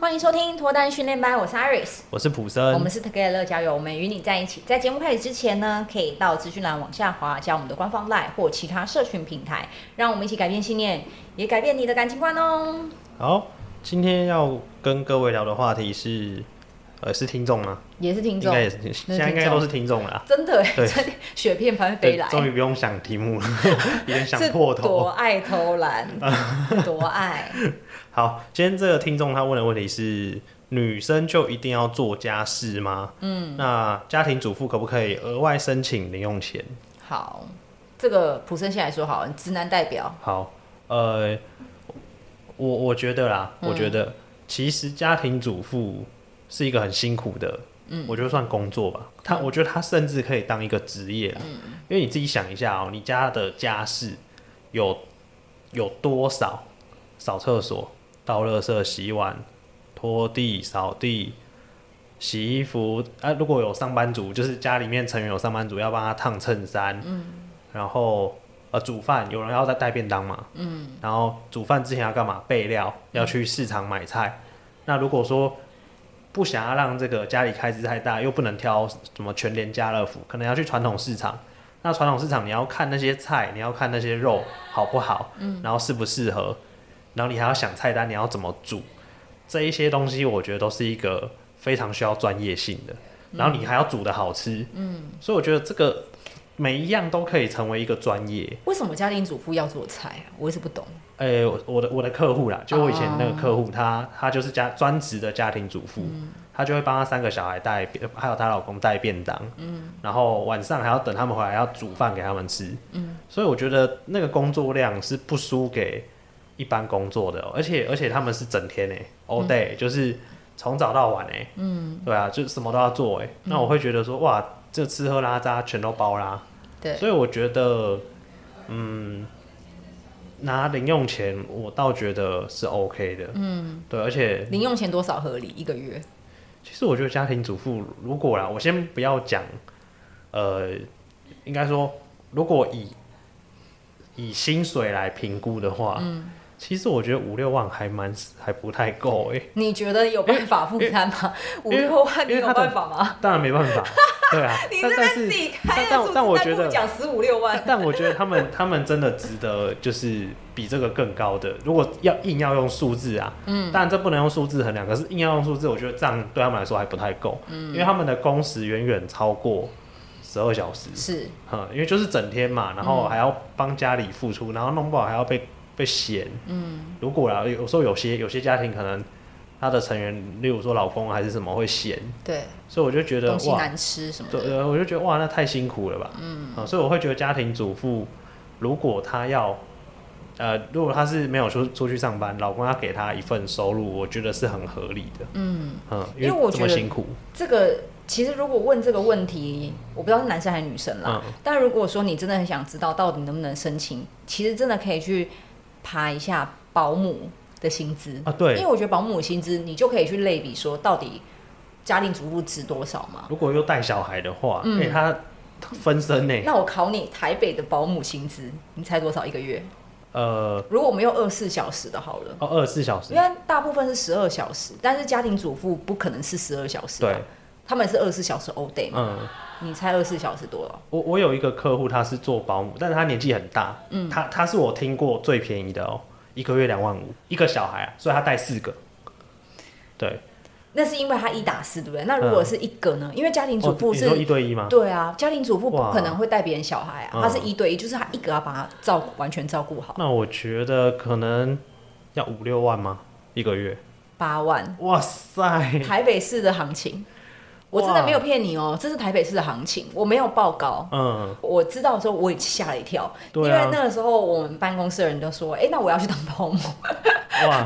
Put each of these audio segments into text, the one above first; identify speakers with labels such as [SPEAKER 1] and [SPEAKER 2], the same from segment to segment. [SPEAKER 1] 欢迎收听脱单训练班，我是 Iris，
[SPEAKER 2] 我是普森，
[SPEAKER 1] 我们是 Together 乐交友，我们与你在一起。在节目开始之前呢，可以到资讯栏往下滑，加我们的官方 LINE 或其他社群平台，让我们一起改变信念，也改变你的感情观哦。
[SPEAKER 2] 好，今天要跟各位聊的话题是，呃，是听众吗？
[SPEAKER 1] 也是听
[SPEAKER 2] 应
[SPEAKER 1] 众
[SPEAKER 2] 该，也是听，现在应
[SPEAKER 1] 听
[SPEAKER 2] 该
[SPEAKER 1] 众
[SPEAKER 2] 都是听众啦。
[SPEAKER 1] 真的耶，
[SPEAKER 2] 对
[SPEAKER 1] 真的雪片般飞
[SPEAKER 2] 对
[SPEAKER 1] 来，，
[SPEAKER 2] 终于不用想题目了， 有点想
[SPEAKER 1] 是
[SPEAKER 2] 破
[SPEAKER 1] 多
[SPEAKER 2] 头。
[SPEAKER 1] 爱偷 懒，多爱，
[SPEAKER 2] 好，今天这个听众他问的问题是：女生就一定要做家事吗？嗯，那家庭主妇可不可以额外申请零用钱？
[SPEAKER 1] 好。这个普生先来说好了，直男代表，
[SPEAKER 2] 好，呃，我我觉得啦，我觉得其实家庭主妇是一个很辛苦的，嗯，我觉得算工作吧。他我觉得他甚至可以当一个职业啦，因为你自己想一下哦、你家的家事有有多少？扫厕所、倒垃圾、洗碗、拖地、扫地。洗衣服啊，如果有上班族，就是家里面成员有上班族，要帮他烫衬衫，嗯，然后呃煮饭，有人要带带便当嘛，嗯，然后煮饭之前要干嘛？备料，要去市场买菜。那如果说不想要让这个家里开支太大，又不能挑什么全联家乐福，可能要去传统市场。那传统市场你要看那些菜，你要看那些肉好不好，嗯，然后适不适合，然后你还要想菜单你要怎么煮，这一些东西我觉得都是一个非常需要专业性的。然后你还要煮的好吃，嗯，所以我觉得这个每一样都可以成为一个专业，
[SPEAKER 1] 为什么家庭主妇要做菜啊？我一直不懂。
[SPEAKER 2] 诶、我我的我的客户啦，就我以前那个客户，她她就是家专职的家庭主妇，她就会帮她三个小孩带便，还有她老公带便当，嗯，然后晚上还要等他们回来要煮饭给他们吃，嗯，所以我觉得那个工作量是不输给一般工作的哦、而且而且他们是整天诶、a l l day，、就是从早到晚诶、嗯，对啊，就什么都要做诶、那我会觉得说哇，这吃喝拉撒全都包啦，
[SPEAKER 1] 对，
[SPEAKER 2] 所以我觉得，嗯，拿零用钱我倒觉得是 OK 的，嗯，对，而且
[SPEAKER 1] 零用钱多少合理？一个月？
[SPEAKER 2] 其实我觉得家庭主妇如果啦，我先不要讲，呃，应该说如果以以薪水来评估的话，嗯，其实我觉得五六万还蛮还不太够诶、欸
[SPEAKER 1] 你觉得有办法负担吗？五
[SPEAKER 2] 因为
[SPEAKER 1] 六万，你
[SPEAKER 2] 因为
[SPEAKER 1] 有
[SPEAKER 2] 他的
[SPEAKER 1] 办法吗？
[SPEAKER 2] 当然没 办法，对啊，
[SPEAKER 1] 你
[SPEAKER 2] 但
[SPEAKER 1] 这
[SPEAKER 2] 但
[SPEAKER 1] 边
[SPEAKER 2] 是
[SPEAKER 1] 自己开
[SPEAKER 2] 但
[SPEAKER 1] 的数字，
[SPEAKER 2] 但我
[SPEAKER 1] 还不
[SPEAKER 2] 觉
[SPEAKER 1] 如
[SPEAKER 2] 得
[SPEAKER 1] 讲十五六 万，
[SPEAKER 2] 但我觉得他们他们真的值得，就是比这个更高的。如果要硬要用数字啊，嗯，当然这不能用数字衡量，可是硬要用数字，我觉得这样对他们来说还不太够，嗯，因为他们的工时远远超过十二小时，
[SPEAKER 1] 是
[SPEAKER 2] 嗯，因为就是整天嘛，然
[SPEAKER 1] 嗯
[SPEAKER 2] 后还要帮家里付出，然后弄不好还要被被嫌，嗯，如果啦，有时候有些有些家庭可能他的成员，例如说老公还是什么会嫌，
[SPEAKER 1] 对，
[SPEAKER 2] 所以我就觉得
[SPEAKER 1] 东西
[SPEAKER 2] 哇，
[SPEAKER 1] 难吃什么
[SPEAKER 2] 对，
[SPEAKER 1] 的，
[SPEAKER 2] 呃我就觉得哇，那太辛苦了吧。嗯、所以我会觉得家庭主妇如果她要，呃，如果她是没有出出去上班，老公要给她一份收入，我觉得是很合理的。嗯
[SPEAKER 1] 因为我
[SPEAKER 2] 这
[SPEAKER 1] 觉
[SPEAKER 2] 么
[SPEAKER 1] 得
[SPEAKER 2] 辛苦，
[SPEAKER 1] 这个。其实，如果问这个问题，我不知道是男生还是女生啦。
[SPEAKER 2] 嗯
[SPEAKER 1] 但如果说你真的很想知道到底能不能申请，其实真的可以去爬一下保姆的薪资
[SPEAKER 2] 啊
[SPEAKER 1] 因
[SPEAKER 2] 对
[SPEAKER 1] 为。我觉得保姆的薪资你就可以去类比说到底家庭主妇值多少嘛。
[SPEAKER 2] 如果又带小孩的话，
[SPEAKER 1] 嗯
[SPEAKER 2] 给、她分身呢、
[SPEAKER 1] 那我考你台北的保姆薪资，你猜多少一个月？
[SPEAKER 2] 呃，
[SPEAKER 1] 如果我们用二十四小时的好了，
[SPEAKER 2] 哦，二十四小时
[SPEAKER 1] 因，为大部分是十二小时，但是家庭主妇不可能是十二小时，啊
[SPEAKER 2] 对，，
[SPEAKER 1] 他们是二十四小时 all day 嘛。
[SPEAKER 2] 嗯。
[SPEAKER 1] 你猜二十四小时多少？
[SPEAKER 2] 我我有一个客户，他是做保姆，但是他年纪很大，嗯，他他是我听过最便宜的哦，一个月两万五，一个小孩啊，所以他带四个，对，
[SPEAKER 1] 那是因为他一打四，对不对？那如果是一个呢？因为家庭主
[SPEAKER 2] 嗯哦
[SPEAKER 1] 妇
[SPEAKER 2] 你
[SPEAKER 1] 是
[SPEAKER 2] 说，一对一吗？
[SPEAKER 1] 对啊，家庭主妇不
[SPEAKER 2] 哇
[SPEAKER 1] 可能会带别人小孩啊，
[SPEAKER 2] 嗯
[SPEAKER 1] 他是一对一，就是他一个要把他照顾完全照顾好，
[SPEAKER 2] 那我觉得可能要五六万吗？一个月？
[SPEAKER 1] 八万。
[SPEAKER 2] 哇塞！
[SPEAKER 1] 台北市的行情，我真的
[SPEAKER 2] 哇
[SPEAKER 1] 没有骗你哦，这是台北市的行情，我没有报告。
[SPEAKER 2] 嗯，
[SPEAKER 1] 我知道的时候，我也吓了一跳，因为
[SPEAKER 2] 对啊
[SPEAKER 1] 那个时候我们办公室的人都说：“哎、那我要去当保姆。
[SPEAKER 2] 哇，”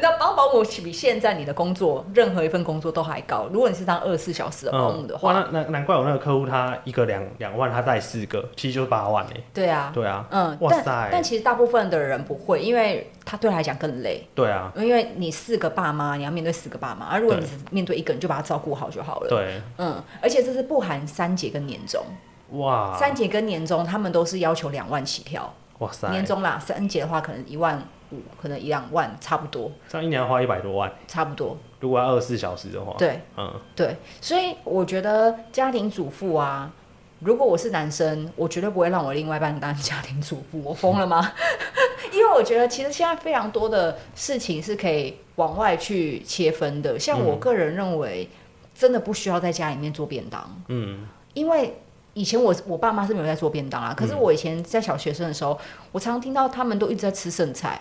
[SPEAKER 1] 那当保姆比现在你的工作任何一份工作都还高。如果你是当二十四小时的保姆
[SPEAKER 2] 嗯
[SPEAKER 1] 的，话，
[SPEAKER 2] 哇，那那难怪我那个客户他一个两两万，他带四个，其实就是八万哎。
[SPEAKER 1] 对啊，
[SPEAKER 2] 对啊，
[SPEAKER 1] 嗯，
[SPEAKER 2] 哇
[SPEAKER 1] 但
[SPEAKER 2] 塞
[SPEAKER 1] 但其实大部分的人不会，因为他对他来讲更累，
[SPEAKER 2] 对啊，
[SPEAKER 1] 因为你四个爸妈，你要面对四个爸妈，而、啊如果你
[SPEAKER 2] 对
[SPEAKER 1] 只面对一个，你就把他照顾好就好了。
[SPEAKER 2] 对，
[SPEAKER 1] 嗯，而且这是不含三节跟年终，
[SPEAKER 2] 哇，
[SPEAKER 1] 三节跟年终他们都是要求两万起跳，
[SPEAKER 2] 哇塞，
[SPEAKER 1] 年终啦，三节的话可能一万五，可能一两万，差不多，
[SPEAKER 2] 这样一年要花一百多万，
[SPEAKER 1] 差不多。
[SPEAKER 2] 如果要二十四小时的话，
[SPEAKER 1] 对
[SPEAKER 2] 嗯，
[SPEAKER 1] 对，所以我觉得家庭主妇啊，如果我是男生，我绝对不会让我另外一半当家庭主妇，我疯了吗？ 因为我觉得其实现在非常多的事情是可以往外去切分的，像
[SPEAKER 2] 嗯
[SPEAKER 1] 我个人认为，真的不需要在家里面做便当，
[SPEAKER 2] 嗯，
[SPEAKER 1] 因为。以前我我爸妈是没有在做便当啊，可是我以前在小学生的时候，我常听到他们都一直在吃剩菜，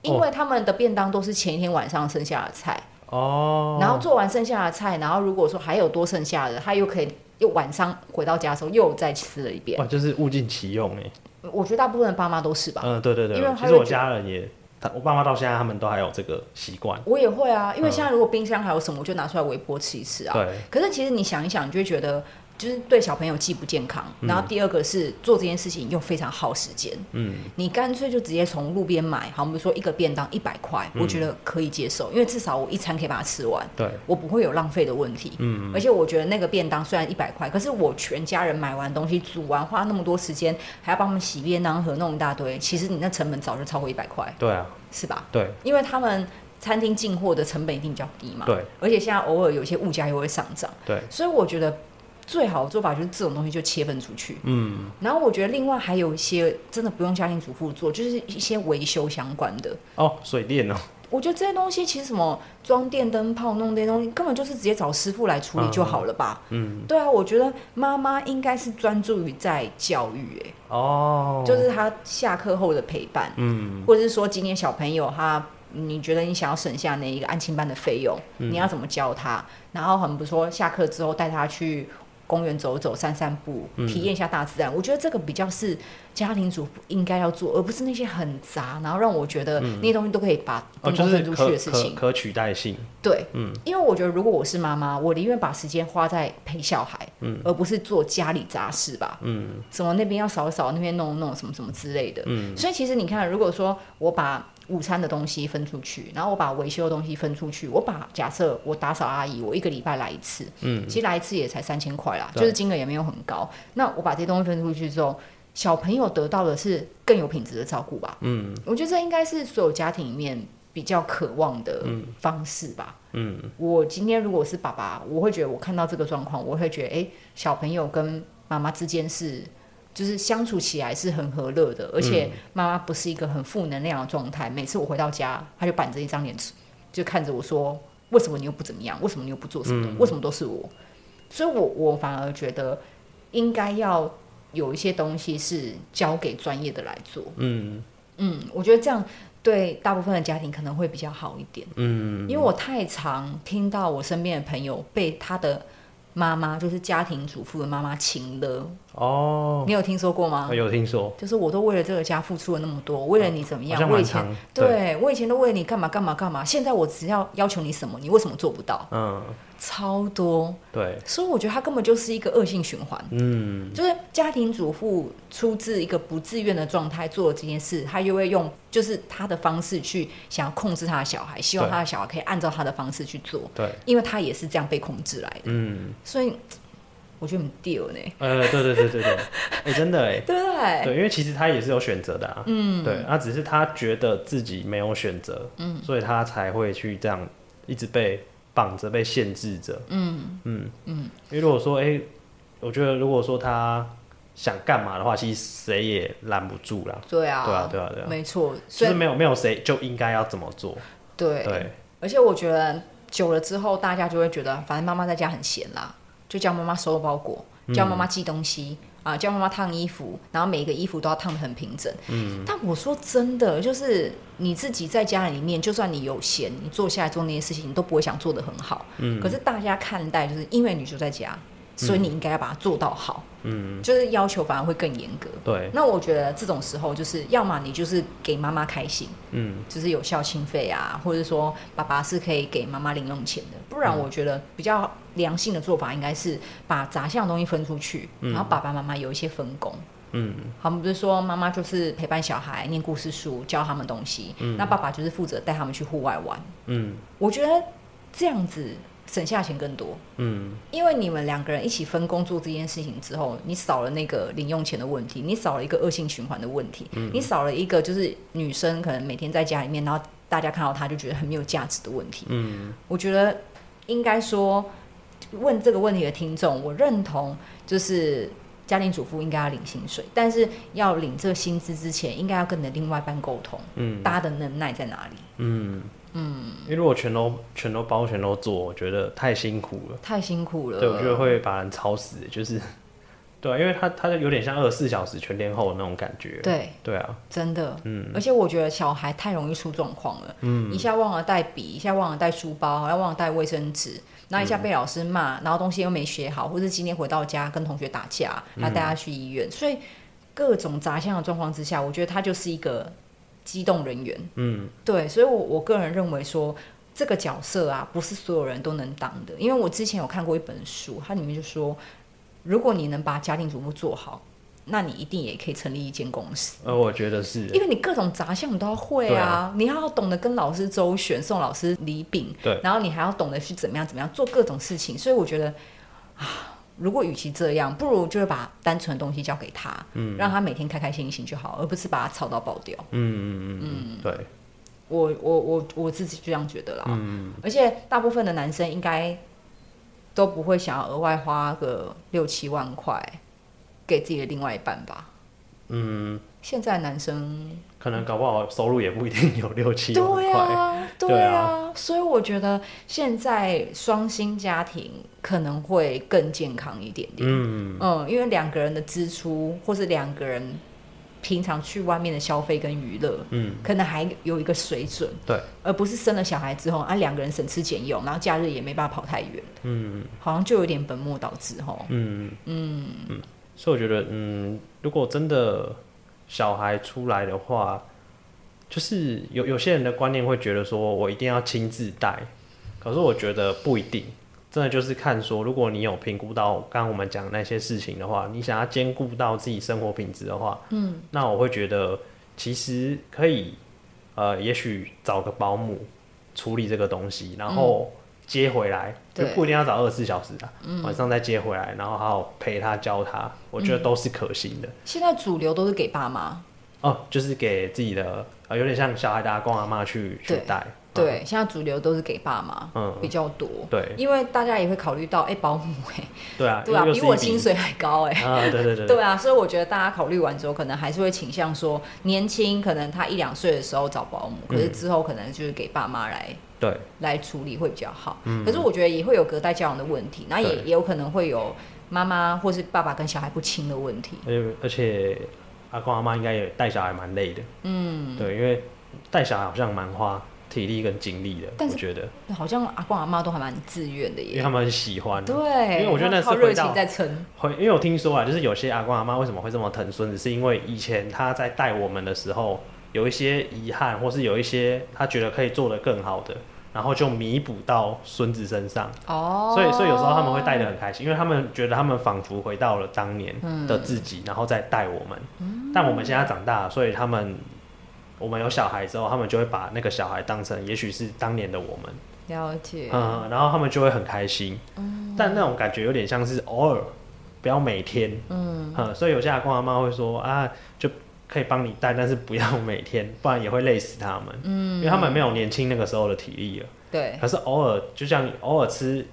[SPEAKER 1] 因
[SPEAKER 2] 哦
[SPEAKER 1] 为他们的便当都是前一天晚上剩下的菜，
[SPEAKER 2] 哦，
[SPEAKER 1] 然后做完剩下的菜，然后如果说还有多剩下的，他又可以又晚上回到家的时候又再吃了一遍。
[SPEAKER 2] 哇，就是物尽其用哎，
[SPEAKER 1] 我觉得大部分的爸妈都是吧。
[SPEAKER 2] 嗯，对对对
[SPEAKER 1] 啊因为，他
[SPEAKER 2] 其
[SPEAKER 1] 会
[SPEAKER 2] 实我
[SPEAKER 1] 觉
[SPEAKER 2] 家人也，他我爸妈到现在他们都还有这个习惯，
[SPEAKER 1] 我也会啊，因为现在如果冰箱还有什么，我就拿出来微波吃一吃啊。
[SPEAKER 2] 对，
[SPEAKER 1] 可是其实你想一想，你就会觉得就是对小朋友既不健康，然后第二个是做这件事情又非常耗时间。
[SPEAKER 2] 嗯，
[SPEAKER 1] 你干脆就直接从路边买，好，我们说一个便当一百块，我觉得可以接受，因为至少我一餐可以把它吃完。
[SPEAKER 2] 对，
[SPEAKER 1] 我不会有浪费的问题。嗯，而且我觉得那个便当虽然一百块，可是我全家人买完东西煮完，花那么多时间，还要帮他们洗啊便当盒，弄一大堆，其实你那成本早就超过一百块，
[SPEAKER 2] 对啊，
[SPEAKER 1] 是吧？
[SPEAKER 2] 对，
[SPEAKER 1] 因为他们餐厅进货的成本一定比较低嘛。
[SPEAKER 2] 对。
[SPEAKER 1] 而且现在偶尔有些物价又会上涨，
[SPEAKER 2] 对，
[SPEAKER 1] 所以我觉得最好的做法就是这种东西就切分出去。
[SPEAKER 2] 嗯，
[SPEAKER 1] 然后我觉得另外还有一些真的不用家庭主妇做，就是一些维修相关的。
[SPEAKER 2] 哦，水电哦，
[SPEAKER 1] 我觉得这些东西其实什么装电灯泡、弄这些东西，根本就是直接找师傅来处理就好了吧？
[SPEAKER 2] 嗯，
[SPEAKER 1] 对啊，我觉得妈妈应该是专注于在教育、欸，
[SPEAKER 2] 哦，
[SPEAKER 1] 就，是她下课后的陪伴，
[SPEAKER 2] 嗯，
[SPEAKER 1] 或者是说今天小朋友他，你觉得你想要省下那一个安亲班的费用，
[SPEAKER 2] 嗯
[SPEAKER 1] 你要怎么教他？然后很不说下课之后带他去。公园走走、散散步，
[SPEAKER 2] 嗯
[SPEAKER 1] 体验一下大自然，我觉得这个比较是家庭主妇应该要做，而不是那些很杂，然后让我觉得那些东西都可以把
[SPEAKER 2] 嗯哦，
[SPEAKER 1] 分
[SPEAKER 2] 就
[SPEAKER 1] 工分出去的
[SPEAKER 2] 是可
[SPEAKER 1] 事情。
[SPEAKER 2] 可可取代性，
[SPEAKER 1] 对，
[SPEAKER 2] 嗯
[SPEAKER 1] 因为我觉得如果我是妈妈，我宁愿把时间花在陪小孩，而不是做家里杂事吧，
[SPEAKER 2] 嗯
[SPEAKER 1] 什么那边要扫扫，那边弄弄什么什么之类的。
[SPEAKER 2] 嗯
[SPEAKER 1] 所以其实你看，如果说我把午餐的东西分出去，然后我把维修的东西分出去，我把假设我打扫阿姨，我一个礼拜来一次，
[SPEAKER 2] 嗯，
[SPEAKER 1] 其实来一次也才三千块啦，
[SPEAKER 2] 对
[SPEAKER 1] 就是金额也没有很高。那我把这些东西分出去之后，小朋友得到的是更有品质的照顾吧？
[SPEAKER 2] 嗯
[SPEAKER 1] 我觉得这应该是所有家庭里面比较渴望的方式吧。
[SPEAKER 2] 嗯，
[SPEAKER 1] 我今天如果是爸爸，我会觉得我看到这个状况，我会觉得诶，小朋友跟妈妈之间是就是相处起来是很和乐的，而且
[SPEAKER 2] 嗯
[SPEAKER 1] 妈妈不是一个很负能量的状态。每次我回到家，她就板着一张脸，就看着我说：“为什么你又不怎么样？为什么你又不做什
[SPEAKER 2] 嗯
[SPEAKER 1] 么？为什么都是我？”所以我，我反而觉得应该要有一些东西是交给专业的来做。
[SPEAKER 2] 嗯
[SPEAKER 1] 嗯，我觉得这样对大部分的家庭可能会比较好一点。
[SPEAKER 2] 嗯，
[SPEAKER 1] 因为我太常听到我身边的朋友被他的妈妈，就是家庭主妇的妈妈请了，
[SPEAKER 2] 哦，
[SPEAKER 1] 你有听说过吗
[SPEAKER 2] 我？有听说，
[SPEAKER 1] 就是我都为了这个家付出了那么多，为了你怎么
[SPEAKER 2] 好
[SPEAKER 1] 样？
[SPEAKER 2] 像
[SPEAKER 1] 我以
[SPEAKER 2] 哦蛮
[SPEAKER 1] 前
[SPEAKER 2] 长，
[SPEAKER 1] 对，我以前都为了你干嘛干嘛干嘛，现在我只要要求你什么，你为什么做不到？
[SPEAKER 2] 嗯，
[SPEAKER 1] 超多，
[SPEAKER 2] 对，
[SPEAKER 1] 所以我觉得他根本就是一个恶性循环。
[SPEAKER 2] 嗯
[SPEAKER 1] 就是家庭主妇出自一个不自愿的状态做这件事，他就会用就是他的方式去想要控制他的小孩，希望
[SPEAKER 2] 对
[SPEAKER 1] 他的小孩可以按照他的方式去做，
[SPEAKER 2] 对，
[SPEAKER 1] 因为他也是这样被控制来的，
[SPEAKER 2] 嗯，
[SPEAKER 1] 所以我觉得很丢呢，
[SPEAKER 2] 呃，对对对对对， 哎，真的哎，
[SPEAKER 1] 对不对？
[SPEAKER 2] 对，因为其实他也是有选择的啊，嗯，对，他只是他觉得自己没有选择，嗯，所以他才会去这样一直被绑着、被限制着，嗯嗯嗯。因为如果说，哎、我觉得如果说他想干嘛的话，其实谁也拦不住啦，
[SPEAKER 1] 对啊，
[SPEAKER 2] 对啊对啊对啊
[SPEAKER 1] 没错，
[SPEAKER 2] 就
[SPEAKER 1] 所
[SPEAKER 2] 是
[SPEAKER 1] 以
[SPEAKER 2] 没有没有谁就应该要怎么做，
[SPEAKER 1] 对
[SPEAKER 2] 对，
[SPEAKER 1] 而且我觉得久了之后，大家就会觉得，反正妈妈在家很闲啦，就教妈妈收包裹，教妈妈寄东西。啊，教妈妈烫衣服，然后每一个衣服都要烫得很平整。嗯，但我说真的，就是你自己在家里面，就算你有闲，你坐下来做那些事情，你都不会想做得很好。嗯，可是大家看待就是因为你就在家，所以你应该要把它做到好。
[SPEAKER 2] 嗯，
[SPEAKER 1] 就是要求反而会更严格。
[SPEAKER 2] 对，
[SPEAKER 1] 那我觉得这种时候，就是要么你就是给妈妈开心，
[SPEAKER 2] 嗯
[SPEAKER 1] 就是有孝亲费啊，或者说爸爸是可以给妈妈零用钱的。不然我觉得比较良性的做法应该是把杂项东西分出去，然后爸爸妈妈有一些分工。
[SPEAKER 2] 嗯
[SPEAKER 1] 好，我们不是说妈妈就是陪伴小孩念故事书，教他们东西，那爸爸就是负责带他们去户外玩。
[SPEAKER 2] 嗯
[SPEAKER 1] 我觉得这样子省下钱更多，
[SPEAKER 2] 嗯，
[SPEAKER 1] 因为你们两个人一起分工做这件事情之后，你少了那个零用钱的问
[SPEAKER 2] 嗯
[SPEAKER 1] 题，你少了一个恶性循环的问题，你少了一个就是女生可能每天在家里面，然后大家看到它就觉得很没有价值的问题。嗯，我觉得应该说问这个问题的听众，我认同就是家庭主妇应该要领薪水，但是要领这个薪资之前，应该要跟你的另外一半沟通，
[SPEAKER 2] 嗯
[SPEAKER 1] 大家的能耐在哪里？
[SPEAKER 2] 嗯嗯，因为如果全都全都包全都做，我觉得太辛苦了。
[SPEAKER 1] 太辛苦了，
[SPEAKER 2] 对，我觉得会把人吵死，就是， 对啊，因为他他就有点像二十四小时全天候的那种感觉。
[SPEAKER 1] 对
[SPEAKER 2] 对啊，
[SPEAKER 1] 真的，
[SPEAKER 2] 嗯
[SPEAKER 1] 而且我觉得小孩太容易出状况了，一下忘了带笔，一下忘了带书包，然后忘了带卫生纸，然后一下被老师骂，
[SPEAKER 2] 嗯
[SPEAKER 1] 然后东西又没学好，或者今天回到家跟同学打架，然后带他去医院，所以各种杂项的状况之下，我觉得他就是一个机动人员，
[SPEAKER 2] 嗯
[SPEAKER 1] 对，所以我我个人认为说。这个角色啊，不是所有人都能当的，因为我之前有看过一本书，它里面就说，如果你能把家庭主妇做好，那你一定也可以成立一间公司。
[SPEAKER 2] 呃，我觉得是，
[SPEAKER 1] 因为你各种杂项你都要会
[SPEAKER 2] 对
[SPEAKER 1] 啊，
[SPEAKER 2] 啊
[SPEAKER 1] 你还要懂得跟老师周旋，送老师礼品，
[SPEAKER 2] 对
[SPEAKER 1] 然后你还要懂得去怎么样怎么样做各种事情，所以我觉得啊，如果与其这样，不如就是把单纯的东西交给他，嗯，让他每天开开心心就好，而不是把他吵到爆掉。
[SPEAKER 2] 嗯嗯嗯嗯，对，
[SPEAKER 1] 我我我我自己就这样觉得啦，嗯，而且大部分的男生应该都不会想要额外花个六七万块给自己的另外一半吧。
[SPEAKER 2] 嗯，
[SPEAKER 1] 现在男生
[SPEAKER 2] 可能搞不好收入也不一定有六七万
[SPEAKER 1] 对
[SPEAKER 2] 块。
[SPEAKER 1] 啊，
[SPEAKER 2] 对
[SPEAKER 1] 对
[SPEAKER 2] 啊
[SPEAKER 1] 啊，所以我觉得现在双薪家庭可能会更健康一点点。
[SPEAKER 2] 嗯，
[SPEAKER 1] 嗯，因为两个人的支出，或是两个人平常去外面的消费跟娱乐，
[SPEAKER 2] 嗯，
[SPEAKER 1] 可能还有一个水准，
[SPEAKER 2] 对，
[SPEAKER 1] 而不是生了小孩之后啊，两个人省吃俭用，然后假日也没办法跑太远，
[SPEAKER 2] 嗯
[SPEAKER 1] 好像就有点本末倒置吼。
[SPEAKER 2] 嗯，
[SPEAKER 1] 嗯，
[SPEAKER 2] 所以我觉得，嗯，如果真的小孩出来的话，就是有有些人的观念会觉得说，我一定要亲自带，可是我觉得不一定，真的就是看说，如果你有评估到刚刚我们讲的那些事情的话，你想要兼顾到自己生活品质的话，嗯，那我会觉得其实可以，呃，也许找个保姆处理这个东西，然后接回来，
[SPEAKER 1] 嗯对嗯
[SPEAKER 2] 就不一定要找二十四小时啊，晚上再接回来，然后好好陪他教他，我觉得都是可行的。
[SPEAKER 1] 现在主流都是给爸妈，
[SPEAKER 2] 哦，就是给自己的，呃，有点像小孩的阿公阿妈去去
[SPEAKER 1] 对
[SPEAKER 2] 带，
[SPEAKER 1] 对，现在主流都是给爸妈，
[SPEAKER 2] 嗯
[SPEAKER 1] 比较多。
[SPEAKER 2] 对
[SPEAKER 1] 因为大家也会考虑到，哎、保姆、哎，
[SPEAKER 2] 对啊，
[SPEAKER 1] 对啊，
[SPEAKER 2] 又
[SPEAKER 1] 比
[SPEAKER 2] 是
[SPEAKER 1] 我
[SPEAKER 2] 一笔
[SPEAKER 1] 薪水还高哎、
[SPEAKER 2] 啊，对对对
[SPEAKER 1] 对啊，所以我觉得大家考虑完之后，可能还是会倾向说，年轻可能他一两岁的时候找保姆，可
[SPEAKER 2] 嗯
[SPEAKER 1] 是之后可能就是给爸妈来
[SPEAKER 2] 对
[SPEAKER 1] 来处理会比较好。可是我觉得也会有隔代教养的问题，那也
[SPEAKER 2] 嗯对
[SPEAKER 1] 也有可能会有妈妈或是爸爸跟小孩不亲的问题。
[SPEAKER 2] 而且而且阿公阿妈应该也带小孩蛮累的，嗯，对，因为带小孩好像蛮花体力跟精力的，
[SPEAKER 1] 但是
[SPEAKER 2] 我觉得，
[SPEAKER 1] 好像阿公阿妈都还蛮自愿的
[SPEAKER 2] 因为
[SPEAKER 1] 耶
[SPEAKER 2] 他，们很喜欢，啊
[SPEAKER 1] 对，
[SPEAKER 2] 因为我觉得那是
[SPEAKER 1] 靠热
[SPEAKER 2] 回到
[SPEAKER 1] 情在撑，
[SPEAKER 2] 会，因为我听说啊，就是有些阿公阿妈为什么会这么疼孙子，是因为以前他在带我们的时候，有一些遗憾，或是有一些他觉得可以做得更好的，然后就弥补到孙子身上。
[SPEAKER 1] 哦，
[SPEAKER 2] 所以，所以有时候他们会带得很开心，因为他们觉得他们仿佛回到了当年的自己，然后再带我们。但我们现在长大了，所以他们我们有小孩之后，他们就会把那个小孩当成也许是当年的我们，
[SPEAKER 1] 了解，
[SPEAKER 2] 嗯，然后他们就会很开心。但那种感觉有点像是偶尔，不要每天。嗯，所以有些阿公阿妈会说啊，就可以帮你带，但是不要每天，不然也会累死他们。嗯，因为他们没有年轻那个时候的体力了。
[SPEAKER 1] 对，
[SPEAKER 2] 可是偶尔，就像你偶尔吃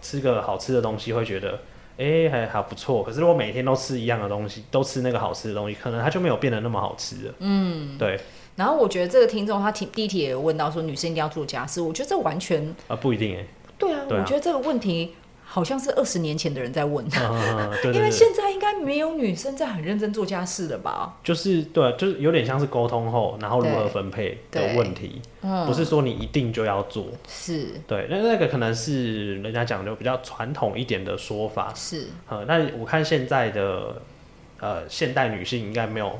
[SPEAKER 2] 吃个好吃的东西，会觉得哎、诶还还不错。可是如果每天都吃一样的东西，都吃那个好吃的东西，可能它就没有变得那么好吃了。嗯，对，
[SPEAKER 1] 然后我觉得这个听众他提第一题也有问到说女生一定要做家事，我觉得这完全
[SPEAKER 2] 啊、不一定哎、
[SPEAKER 1] 对啊，
[SPEAKER 2] 对啊
[SPEAKER 1] 我觉得这个问题好像是二十年前的人在问，
[SPEAKER 2] 欸，嗯对对
[SPEAKER 1] 因为
[SPEAKER 2] 对
[SPEAKER 1] 现在应该没有女生在很认真做家事了吧？
[SPEAKER 2] 就是对啊，就是有点像是沟通后，然后如何分配的
[SPEAKER 1] 对
[SPEAKER 2] 问题，
[SPEAKER 1] 嗯，
[SPEAKER 2] 不是说你一定就要做。
[SPEAKER 1] 是
[SPEAKER 2] 对，那那个可能是人家讲的比较传统一点的说法。
[SPEAKER 1] 是，
[SPEAKER 2] 呃，那我看现在的呃现代女性应该没有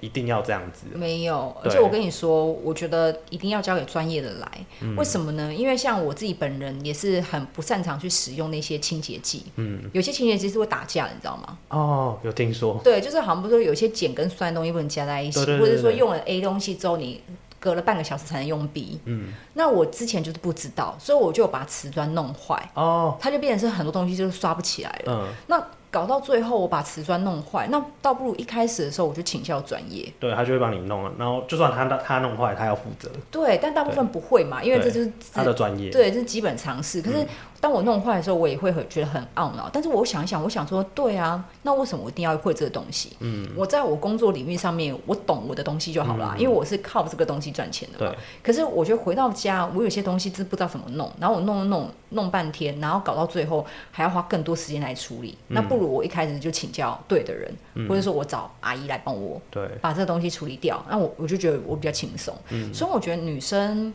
[SPEAKER 2] 一定要这样子。
[SPEAKER 1] 没有。而
[SPEAKER 2] 对
[SPEAKER 1] 且我跟你说，我觉得一定要交给专业的来，
[SPEAKER 2] 嗯
[SPEAKER 1] 为什么呢？因为像我自己本人也是很不擅长去使用那些清洁剂，嗯，有些清洁剂是会打架的，你知道吗？
[SPEAKER 2] 哦，有听说。
[SPEAKER 1] 对，就是好像不是说有些碱跟酸的东西不能加在一起，
[SPEAKER 2] 对对对
[SPEAKER 1] 或者
[SPEAKER 2] 对
[SPEAKER 1] 是说
[SPEAKER 2] 对
[SPEAKER 1] 用了 A 东西之后，你隔了半个小时才能用 B。
[SPEAKER 2] 嗯，
[SPEAKER 1] 那我之前就是不知道，所以我就把瓷砖弄坏，
[SPEAKER 2] 哦，
[SPEAKER 1] 它就变成是很多东西就是刷不起来了。
[SPEAKER 2] 嗯，
[SPEAKER 1] 那搞到最后我把瓷砖弄坏，那倒不如一开始的时候我就请教专业。
[SPEAKER 2] 对他就会帮你弄了，然后就算他他弄坏，他要负责，
[SPEAKER 1] 对，但大部分不会嘛，因为这就是
[SPEAKER 2] 他
[SPEAKER 1] 自
[SPEAKER 2] 的专业。嗯
[SPEAKER 1] 对，这是基本常识。可是当我弄坏的时候，我也会很觉得很懊恼。但是我想一想，我想说，对啊，那为什么我一定要会这个东西？嗯，我在我工作领域上面，我懂我的东西就好啦，因为我是靠这个东西赚钱的嘛
[SPEAKER 2] 嗯对。
[SPEAKER 1] 可是我觉得回到家，我有些东西真不知道怎么弄，然后我弄弄弄半天，然后搞到最后还要花更多时间来处理。
[SPEAKER 2] 嗯
[SPEAKER 1] 那不如我一开始就请教对的人，或者说我找阿姨来帮我
[SPEAKER 2] 对，
[SPEAKER 1] 把这个东西处理掉，那我我就觉得我比较轻松。
[SPEAKER 2] 嗯
[SPEAKER 1] 所以我觉得女生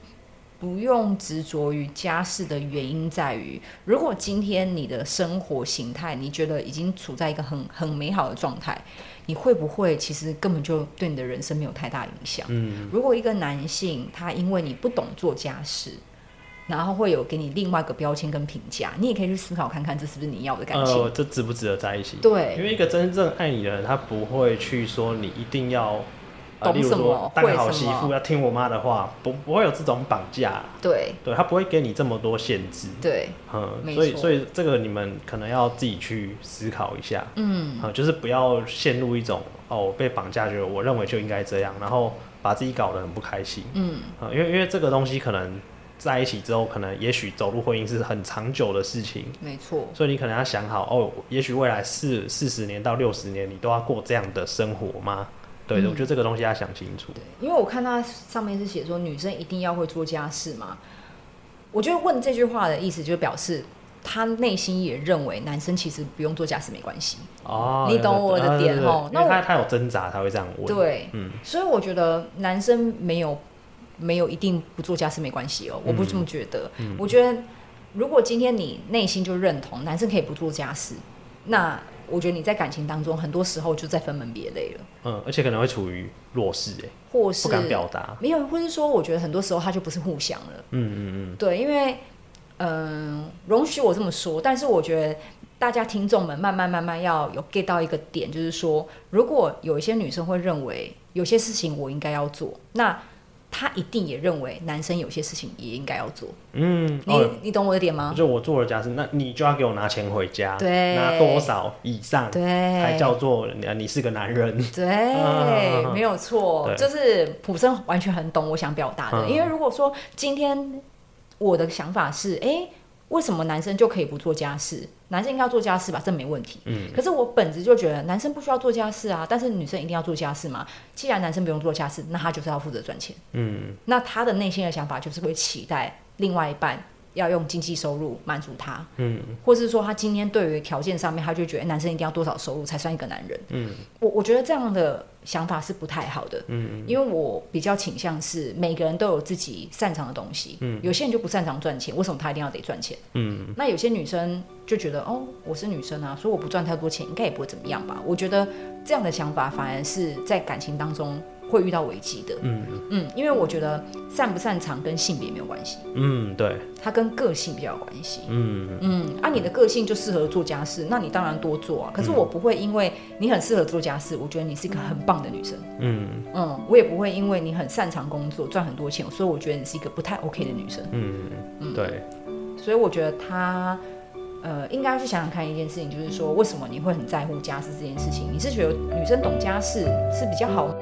[SPEAKER 1] 不用执着于家事的原因在于，如果今天你的生活形态你觉得已经处在一个很很美好的状态，你会不会其实根本就对你的人生没有太大影响？
[SPEAKER 2] 嗯，
[SPEAKER 1] 如果一个男性他因为你不懂做家事，然后会有给你另外一个标签跟评价，你也可以去思考看看这是不是你要的感情。
[SPEAKER 2] 呃，这值不值得在一起？因
[SPEAKER 1] 对，
[SPEAKER 2] 为一个真正爱你的人，他不会去说你一定要，呃、
[SPEAKER 1] 懂
[SPEAKER 2] 例如
[SPEAKER 1] 什么
[SPEAKER 2] 说当个好
[SPEAKER 1] 会什
[SPEAKER 2] 媳
[SPEAKER 1] 么
[SPEAKER 2] 妇要听我妈的话，不不会有这种绑架，
[SPEAKER 1] 对，
[SPEAKER 2] 对他不会给你这么多限制，
[SPEAKER 1] 对，
[SPEAKER 2] 嗯，
[SPEAKER 1] 没
[SPEAKER 2] 所以
[SPEAKER 1] 错
[SPEAKER 2] 所以这个你们可能要自己去思考一下，
[SPEAKER 1] 嗯。
[SPEAKER 2] 啊、就是不要陷入一种哦我被绑架，觉得我认为就应该这样，然后把自己搞得很不开心，
[SPEAKER 1] 嗯，
[SPEAKER 2] 啊、因为因为这个东西可能在一起之后，可能也许走入婚姻是很长久的事情，
[SPEAKER 1] 没错，
[SPEAKER 2] 所以你可能要想好哦，也许未来四四十年到六十年，你都要过这样的生活吗？对，
[SPEAKER 1] 嗯
[SPEAKER 2] 我觉得这个东西要想清楚。
[SPEAKER 1] 因为我看他上面是写说女生一定要会做家事嘛，我觉得问这句话的意思就表示。他内心也认为男生其实不用做家事没关系，
[SPEAKER 2] 哦，
[SPEAKER 1] 你懂我的
[SPEAKER 2] 对对
[SPEAKER 1] 点
[SPEAKER 2] 对
[SPEAKER 1] 吼
[SPEAKER 2] 因为
[SPEAKER 1] 那
[SPEAKER 2] 他他有挣扎，他会这样问。，
[SPEAKER 1] 对，
[SPEAKER 2] 嗯，
[SPEAKER 1] 所以我觉得男生没有没有一定不做家事没关系哦，我不这么
[SPEAKER 2] 嗯
[SPEAKER 1] 觉得。我觉得如果今天你内心就认同男生可以不做家事，那我觉得你在感情当中很多时候就在分门别类了，
[SPEAKER 2] 嗯，而且可能会处于弱势，哎，
[SPEAKER 1] 或是
[SPEAKER 2] 不敢表达。
[SPEAKER 1] 没有，或是说我觉得很多时候他就不是互相了。
[SPEAKER 2] 嗯嗯
[SPEAKER 1] 对，因为嗯、容许我这么说，但是我觉得大家听众们慢慢慢慢要有 get 到一个点，就是说，如果有一些女生会认为有些事情我应该要做，那她一定也认为男生有些事情也应该要做。
[SPEAKER 2] 嗯嗯，
[SPEAKER 1] 你、
[SPEAKER 2] 哦，
[SPEAKER 1] 你懂我的点吗？
[SPEAKER 2] 就我做了家事，那你就要给我拿钱回家，
[SPEAKER 1] 对
[SPEAKER 2] 拿多少以上，
[SPEAKER 1] 对，
[SPEAKER 2] 才叫做你你是个男人。啊
[SPEAKER 1] 对，没有错
[SPEAKER 2] 对，
[SPEAKER 1] 就是普生完全很懂我想表达的。
[SPEAKER 2] 嗯
[SPEAKER 1] 因为如果说今天我的想法是，哎、为什么男生就可以不做家事？男生应该要做家事吧，这没问题。
[SPEAKER 2] 嗯，
[SPEAKER 1] 可是我本质就觉得男生不需要做家事啊，但是女生一定要做家事嘛。既然男生不用做家事，那他就是要负责赚钱。
[SPEAKER 2] 嗯，
[SPEAKER 1] 那他的内心的想法就是会期待另外一半要用经济收入满足他，
[SPEAKER 2] 嗯，
[SPEAKER 1] 或是说他今天对于条件上面，他就觉得男生一定要多少收入才算一个男人，嗯，我我觉得这样的想法是不太好的，嗯，因为我比较倾向是每个人都有自己擅长的东西，嗯，有些人就不擅长赚钱，为什么他一定要得赚钱？嗯，那有些女生就觉得哦，我是女生啊，所以我不赚太多钱应该也不会怎么样吧？我觉得这样的想法反而是在感情当中会遇到危机的，嗯，因为我觉得擅不擅长跟性别没有关系，
[SPEAKER 2] 嗯，对，
[SPEAKER 1] 它跟个性比较有关系。
[SPEAKER 2] 嗯
[SPEAKER 1] 嗯，啊，你的个性就适合做家事，那你当然多做啊。可是
[SPEAKER 2] 嗯
[SPEAKER 1] 我不会因为你很适合做家事，我觉得你是一个很棒的女生。
[SPEAKER 2] 嗯
[SPEAKER 1] 嗯，我也不会因为你很擅长工作，赚很多钱，所以我觉得你是一个不太 OK 的女生。
[SPEAKER 2] 嗯，对，
[SPEAKER 1] 所以我觉得他，呃，应该要去想想看一件事情，就是说为什么你会很在乎家事这件事情？你是觉得女生懂家事是比较好吗？